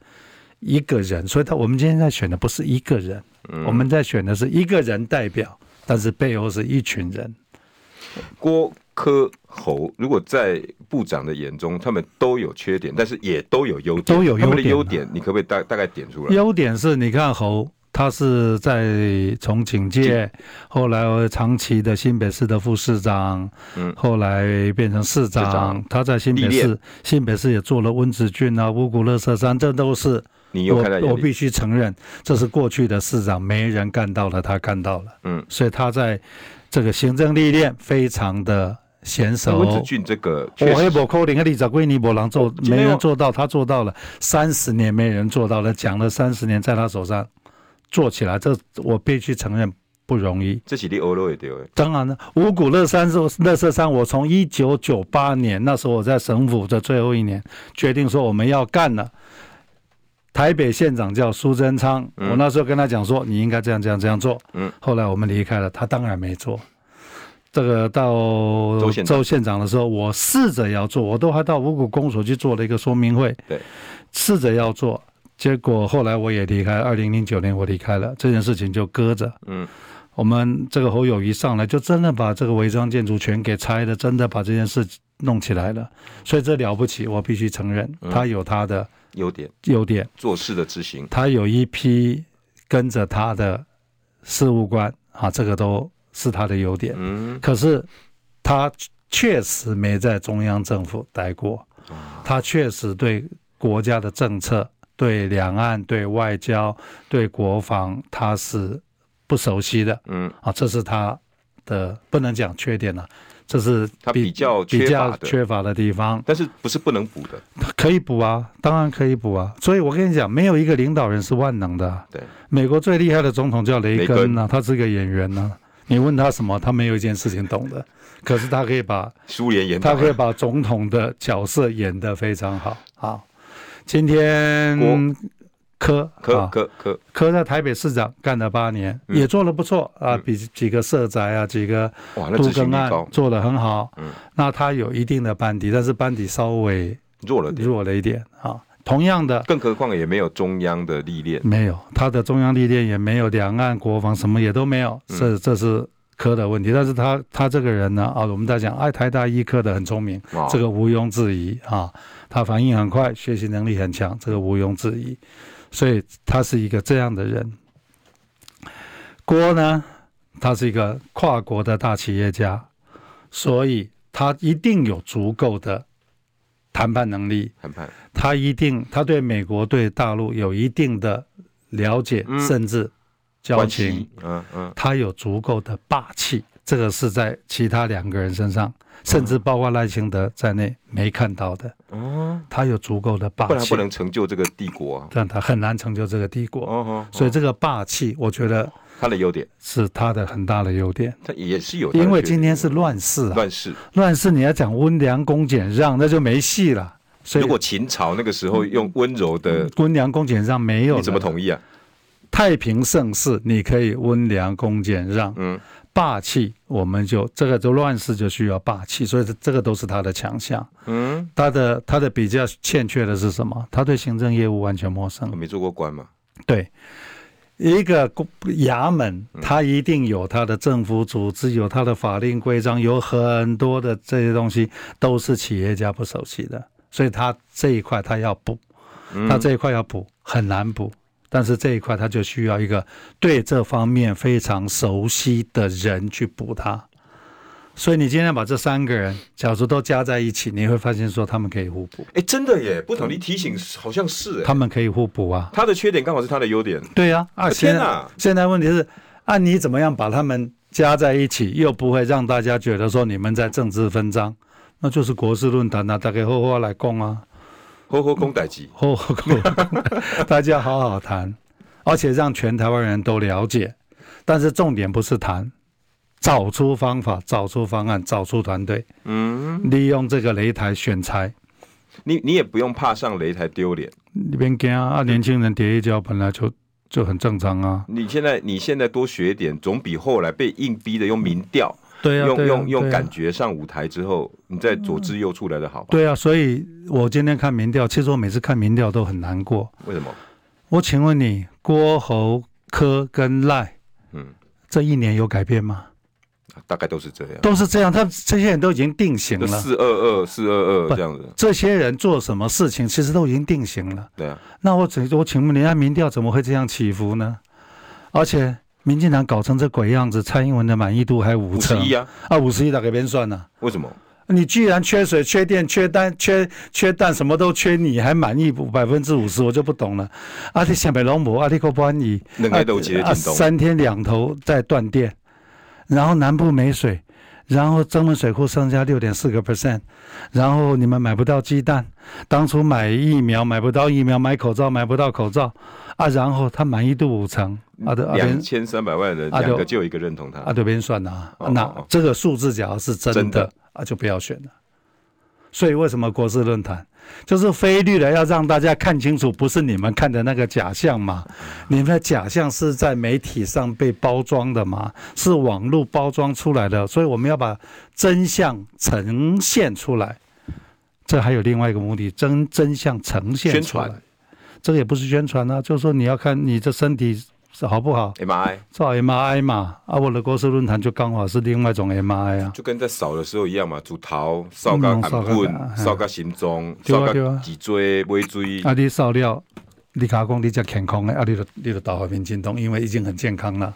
B: 一个人。所以，他我们今天在选的不是一个人，
A: 嗯
B: 我们在选的是一个人代表，但是背后是一群人。
A: 郭柯侯，如果在部长的眼中，他们都有缺点，但是也都有优点，
B: 都有优点啊
A: 他们的优点，你可不可以大大概点出来？
B: 优点是你看侯，他是在从警界，后来长期的新北市的副市长，
A: 嗯
B: 后来变成市长，
A: 市长
B: 他在新北
A: 历
B: 市，新北市也做了温子俊啊、五谷乐色山，这都是
A: 你有看在
B: 我我
A: 眼里？
B: 必须承认，这是过去的市长没人干到了，他干到了，
A: 嗯，
B: 所以他在这个行政历练非常的娴熟。
A: 哎温子俊这个
B: 我
A: 确
B: 黑
A: 实，哦
B: 博扣零个例子，龟尼博狼做
A: 今天
B: 没
A: 要
B: 人做到，他做到了，三十年没人做到了，讲了三十年，在他手上做起来，这我必须承认不容易。
A: 这几粒欧罗也丢，
B: 当然了，五谷乐山是乐色山，我从一九九八年那时候我在省府的最后一年决定说我们要干了，台北县长叫苏贞昌，
A: 嗯
B: 我那时候跟他讲说，你应该这样这样这样做。
A: 嗯，
B: 后来我们离开了，他当然没做。这个到
A: 州县长
B: 长的时候，我试着要做，我都还到五谷公所去做了一个说明会，
A: 对，
B: 试着要做，结果后来我也离开，二零零九年我离开了，这件事情就搁着。
A: 嗯，
B: 我们这个侯友谊上来，就真的把这个违章建筑全给拆了，真的把这件事弄起来了，所以这了不起，我必须承认，
A: 嗯
B: 他有他的
A: 优点，
B: 优点，
A: 做事的执行，
B: 他有一批跟着他的事务官啊，这个都是他的优点。
A: 嗯，
B: 可是他确实没在中央政府待过，
A: 啊
B: 他确实对国家的政策、对两岸、对外交、对国防，他是不熟悉的
A: 嗯，
B: 啊，这是他的不能讲缺点了、这是
A: 他比较缺
B: 比较
A: 乏的
B: 缺乏的地方。
A: 但是不是不能补的，
B: 可以补啊，当然可以补啊。所以我跟你讲，没有一个领导人是万能的啊。
A: 对，
B: 美国最厉害的总统叫雷根
A: 雷
B: 呐、他是个演员呐、啊你问他什么，他没有一件事情懂的，可是他可以把
A: 苏联研
B: 他
A: 讨
B: 可以把总统的角色演得非常好。好，今天
A: 郭
B: 柯
A: 科
B: 啊
A: 科科，
B: 柯在台北市长干了八年，
A: 嗯
B: 也做得不错啊，
A: 嗯
B: 比几个社宅啊，几个
A: 哇，那
B: 都
A: 执行
B: 更
A: 力
B: 案
A: 高，
B: 做得很好。
A: 嗯
B: 那他有一定的班底，但是班底稍微
A: 弱了点，
B: 弱了一点啊。同样的，
A: 更何况也没有中央的历练，
B: 没有他的中央历练也没有，两岸国防什么也都没有，
A: 嗯
B: 这这是科的问题。但是他他这个人呢，啊，我们在讲，哎，台大医科的很聪明，
A: 哇
B: 这个毋庸置疑啊，他反应很快，学习能力很强，这个毋庸置疑。所以他是一个这样的人。郭呢，他是一个跨国的大企业家，所以他一定有足够的谈判能力，
A: 谈判，
B: 他一定他对美国对大陆有一定的了解，
A: 嗯
B: 甚至交
A: 关
B: 情
A: 系，，嗯嗯，
B: 他有足够的霸气，这个是在其他两个人身上，
A: 嗯
B: 甚至包括赖清德在内没看到的。
A: 哦，
B: 他有足够的霸
A: 不然他
B: 气
A: 不，能成就这个帝国啊，
B: 让他很难成就这个帝国。
A: 哦哦，
B: 所以
A: 哦
B: 这个霸气，我觉得
A: 他的优点，
B: 是他的很大的优点。
A: 他也是有他的缺点，
B: 因为今天是乱世啊，
A: 乱世，
B: 乱世你要讲温良恭俭让，那就没戏了。所以
A: 如果秦朝那个时候用温柔的，
B: 温良恭俭让没有了，
A: 你怎么同意啊？
B: 太平盛世，你可以温良恭俭让，
A: 嗯，
B: 霸气，我们就这个就乱世就需要霸气，所以这这个都是他的强项。
A: 嗯，
B: 他的他的比较欠缺的是什么？他对行政业务完全陌
A: 我
B: 生。
A: 没做过官嘛，
B: 对，一个公衙门，它一定有它的政府组织，有它的法令规章，有很多的这些东西都是企业家不熟悉的，所以他这一块他要补。
A: 嗯
B: 他这一块要补很难补，但是这一块他就需要一个对这方面非常熟悉的人去补它。所以你今天把这三个人，假如都加在一起，你会发现说他们可以互补，
A: 哎，真的耶，不同你提醒好像是哎，
B: 嗯他们可以互补啊。
A: 他的缺点刚好是他的优点，
B: 对呀、啊，
A: 我
B: 现
A: 天
B: 在
A: 哪
B: 现在问题是，啊，你怎么样把他们加在一起，又不会让大家觉得说你们在政治分赃？那就是国事论坛啊，大家好好来讲啊。
A: 吼吼
B: 嗯
A: 空逮鸡，
B: 后果，大家好好谈，而且让全台湾人都了解。但是重点不是谈，找出方法，找出方案，找出团队，
A: 嗯，
B: 利用这个擂台选材。
A: 你你也不用怕上擂台丢脸，
B: 你别惊啊，年轻人跌一跤本来就就很正常啊。
A: 你现在你现在多学一点，总比后来被硬逼的用民调、
B: 对啊，
A: 用
B: 对啊
A: 用用
B: 对啊嗯
A: 感觉上舞台之后，你再左支右绌来的好吧？
B: 对啊，所以我今天看民调，其实我每次看民调都很难过。
A: 为什么？
B: 我请问你，郭侯科跟赖
A: 嗯，
B: 这一年有改变吗？
A: 大概都是这样，
B: 都是这样，他们这些人都已经定型
A: 就
B: 了。
A: 四二二四二
B: 不
A: 二这样子，
B: 这些人做什么事情，其实都已经定型了。
A: 对啊，
B: 那我只我请问，人家民调怎么会这样起伏呢？而且民进党搞成这鬼样子，蔡英文的满意度还五
A: 五十
B: 成
A: 一啊？
B: 啊，五十一打给别人算了。
A: 为什么？
B: 啊你居然缺水、缺电、缺单、缺缺蛋，什么都缺你，还满意百分之五十，我就不懂了。啊，你想北龙母，啊，你够不安逸，
A: 能
B: 啊
A: 爱都接
B: 啊
A: 近东，
B: 三天两头在断电，然后南部没水，然后增温水库剩下六点四个 percent，然后你们买不到鸡蛋，当初买疫苗买不到疫苗，买口罩买不到口罩啊，然后他满意度五成啊，对啊别
A: 两
B: 人
A: 千三百万人，
B: 啊
A: 两个
B: 对
A: 就有一个认同他
B: 啊，对别人算的啊，
A: 哦
B: 那
A: 哦哦
B: 这个数字假如是真的
A: 真的
B: 啊，就不要选了。所以为什么国事论坛就是非绿的要让大家看清楚，不是你们看的那个假象嘛？
A: 嗯
B: 你们的假象是在媒体上被包装的嘛？是网络包装出来的，所以我们要把真相呈现出来。这还有另外一个目的，真真相呈现出来
A: 宣传。
B: 这个也不是宣传啊，就是说你要看你这身体好不好，
A: MRI
B: 照 MRI 嘛。啊，我的国师论坛就刚好是另外一种 MRI 啊。
A: 就跟在扫的时候一样嘛，竹桃、扫到
B: 嗯扫
A: 颔
B: 到
A: 棍、
B: 嗯
A: 扫到心脏、
B: 对啊
A: 扫
B: 对
A: 到
B: 啊
A: 脊椎、尾椎，
B: 啊，你少了，你甲我讲你才健康的，啊，你就你就到海边进动，因为已经很健康了。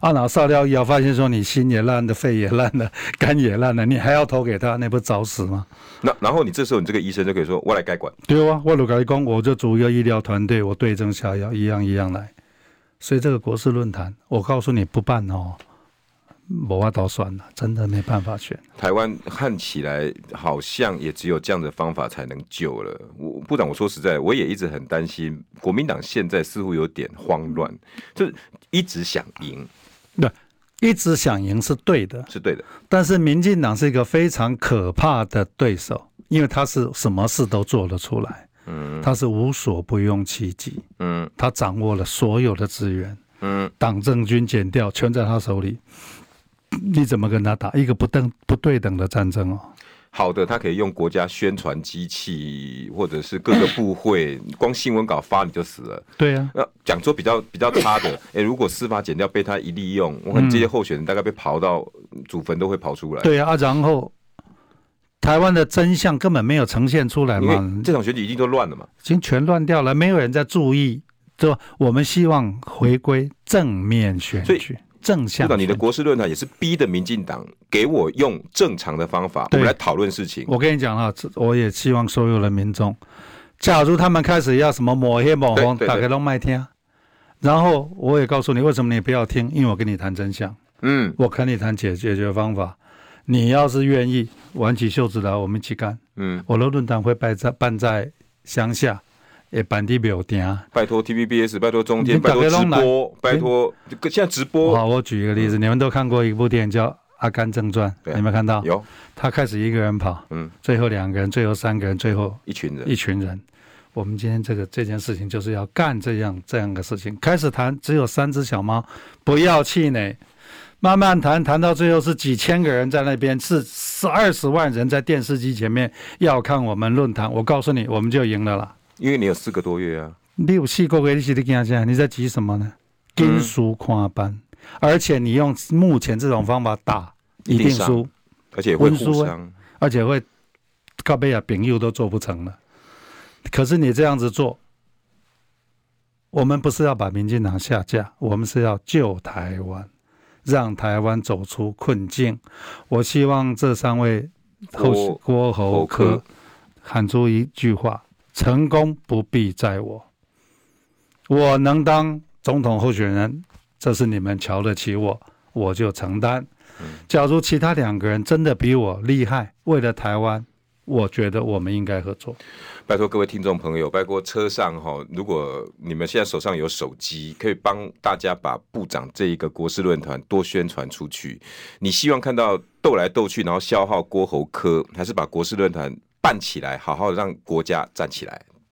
B: 啊，然后少了以后发现说你心也烂了，肺也烂了， 肝也烂了，你还要投给他，那不找死吗？
A: 那然后你这时候你这个医生就可以说，我来该管。
B: 对啊，我如果讲，我就组一个医疗团队，我对症下药，一样一样来。所以这个国事论坛，我告诉你不办哦，没法倒算了，真的没办法选。
A: 台湾看起来好像也只有这样的方法才能救了。我部长，我说实在，我也一直很担心，国民党现在似乎有点慌乱，就是一直想赢
B: 一直想赢是对的，
A: 是对的，
B: 但是民进党是一个非常可怕的对手，因为他是什么事都做得出来，
A: 嗯
B: 他是无所不用其极，
A: 嗯
B: 他掌握了所有的资源，
A: 嗯，
B: 党政军减掉全在他手里，你怎么跟他打一个不等不对等的战争哦？
A: 好的，他可以用国家宣传机器或者是各个部会，光新闻稿发你就死了。
B: 对啊，
A: 那讲说比较比较差的，哎、如果司法减掉被他一利用，我看这些候选人大概被刨到祖坟都会刨出来。
B: 对啊，啊然后台湾的真相根本没有呈现出来
A: 因
B: 嘛
A: 为，这场选举一定都乱了嘛。
B: 已经全乱掉了，没有人在注意，对吧？我们希望回归正面选
A: 所以
B: 举，正
A: 部
B: 向
A: 长，你的
B: 选举
A: 国事论坛也是逼的民进党给我用正常的方法，我
B: 对
A: 们来讨论事情。
B: 我跟你讲啊，这我也希望所有的民众，假如他们开始要什么抹黑抹红，
A: 对对对
B: 打开都麦听，啊然后我也告诉你为什么你不要听，因为我跟你谈真相，
A: 嗯
B: 我跟你谈解解决方法。你要是愿意挽起袖子来，我们一起干。
A: 嗯，
B: 我的论坛会办在办在乡下，也办地表店。
A: 拜托 TVBS，拜托中天，
B: 你
A: 拜
B: 打
A: 托
B: 开
A: 直
B: 弄来
A: 播，拜托现在直播
B: 好，我举一个例子，你们都看过一部电影叫《阿甘正传》，
A: 嗯对
B: 你们看到？
A: 有，
B: 他开始一个人跑，
A: 嗯，
B: 最后两个人，最后三个人，最后
A: 一群人
B: 一群人。我们今天这个这件事情就是要干这样这样的事情。开始谈只有三只小猫，不要气馁，慢慢谈，谈到最后是几千个人在那边，是是二十万人在电视机前面要看我们论坛。我告诉你，我们就赢了啦！
A: 因为你有四个多月啊，
B: 你有四个月你是在惊啥？你在急什么呢？
A: 嗯
B: 金书看班，而且你用目前这种方法打，一定
A: 一定上
B: 输。
A: 而且也会
B: 温书
A: 互
B: 啊
A: 相。
B: 而且会告贝亚丙友都做不成了。可是你这样子做，我们不是要把民进党下架，我们是要救台湾，让台湾走出困境。我希望这三位
A: 郭
B: 后郭侯
A: 侯
B: 科
A: 科
B: 喊出一句话：成功不必在我，我能当总统候选人，这是你们瞧得起我，我就承担。假如其他两个人真的比我厉害，为了台湾，我觉得我们应该合作。
A: 拜托各位听众朋友，拜托车上哈，如果你们现在手上有手机，可以帮大家把部长这一个国事论坛多宣传出去。你希望看到斗来斗去，然后消耗郭侯科，还是把国事论坛办起来，好好让国家站起来？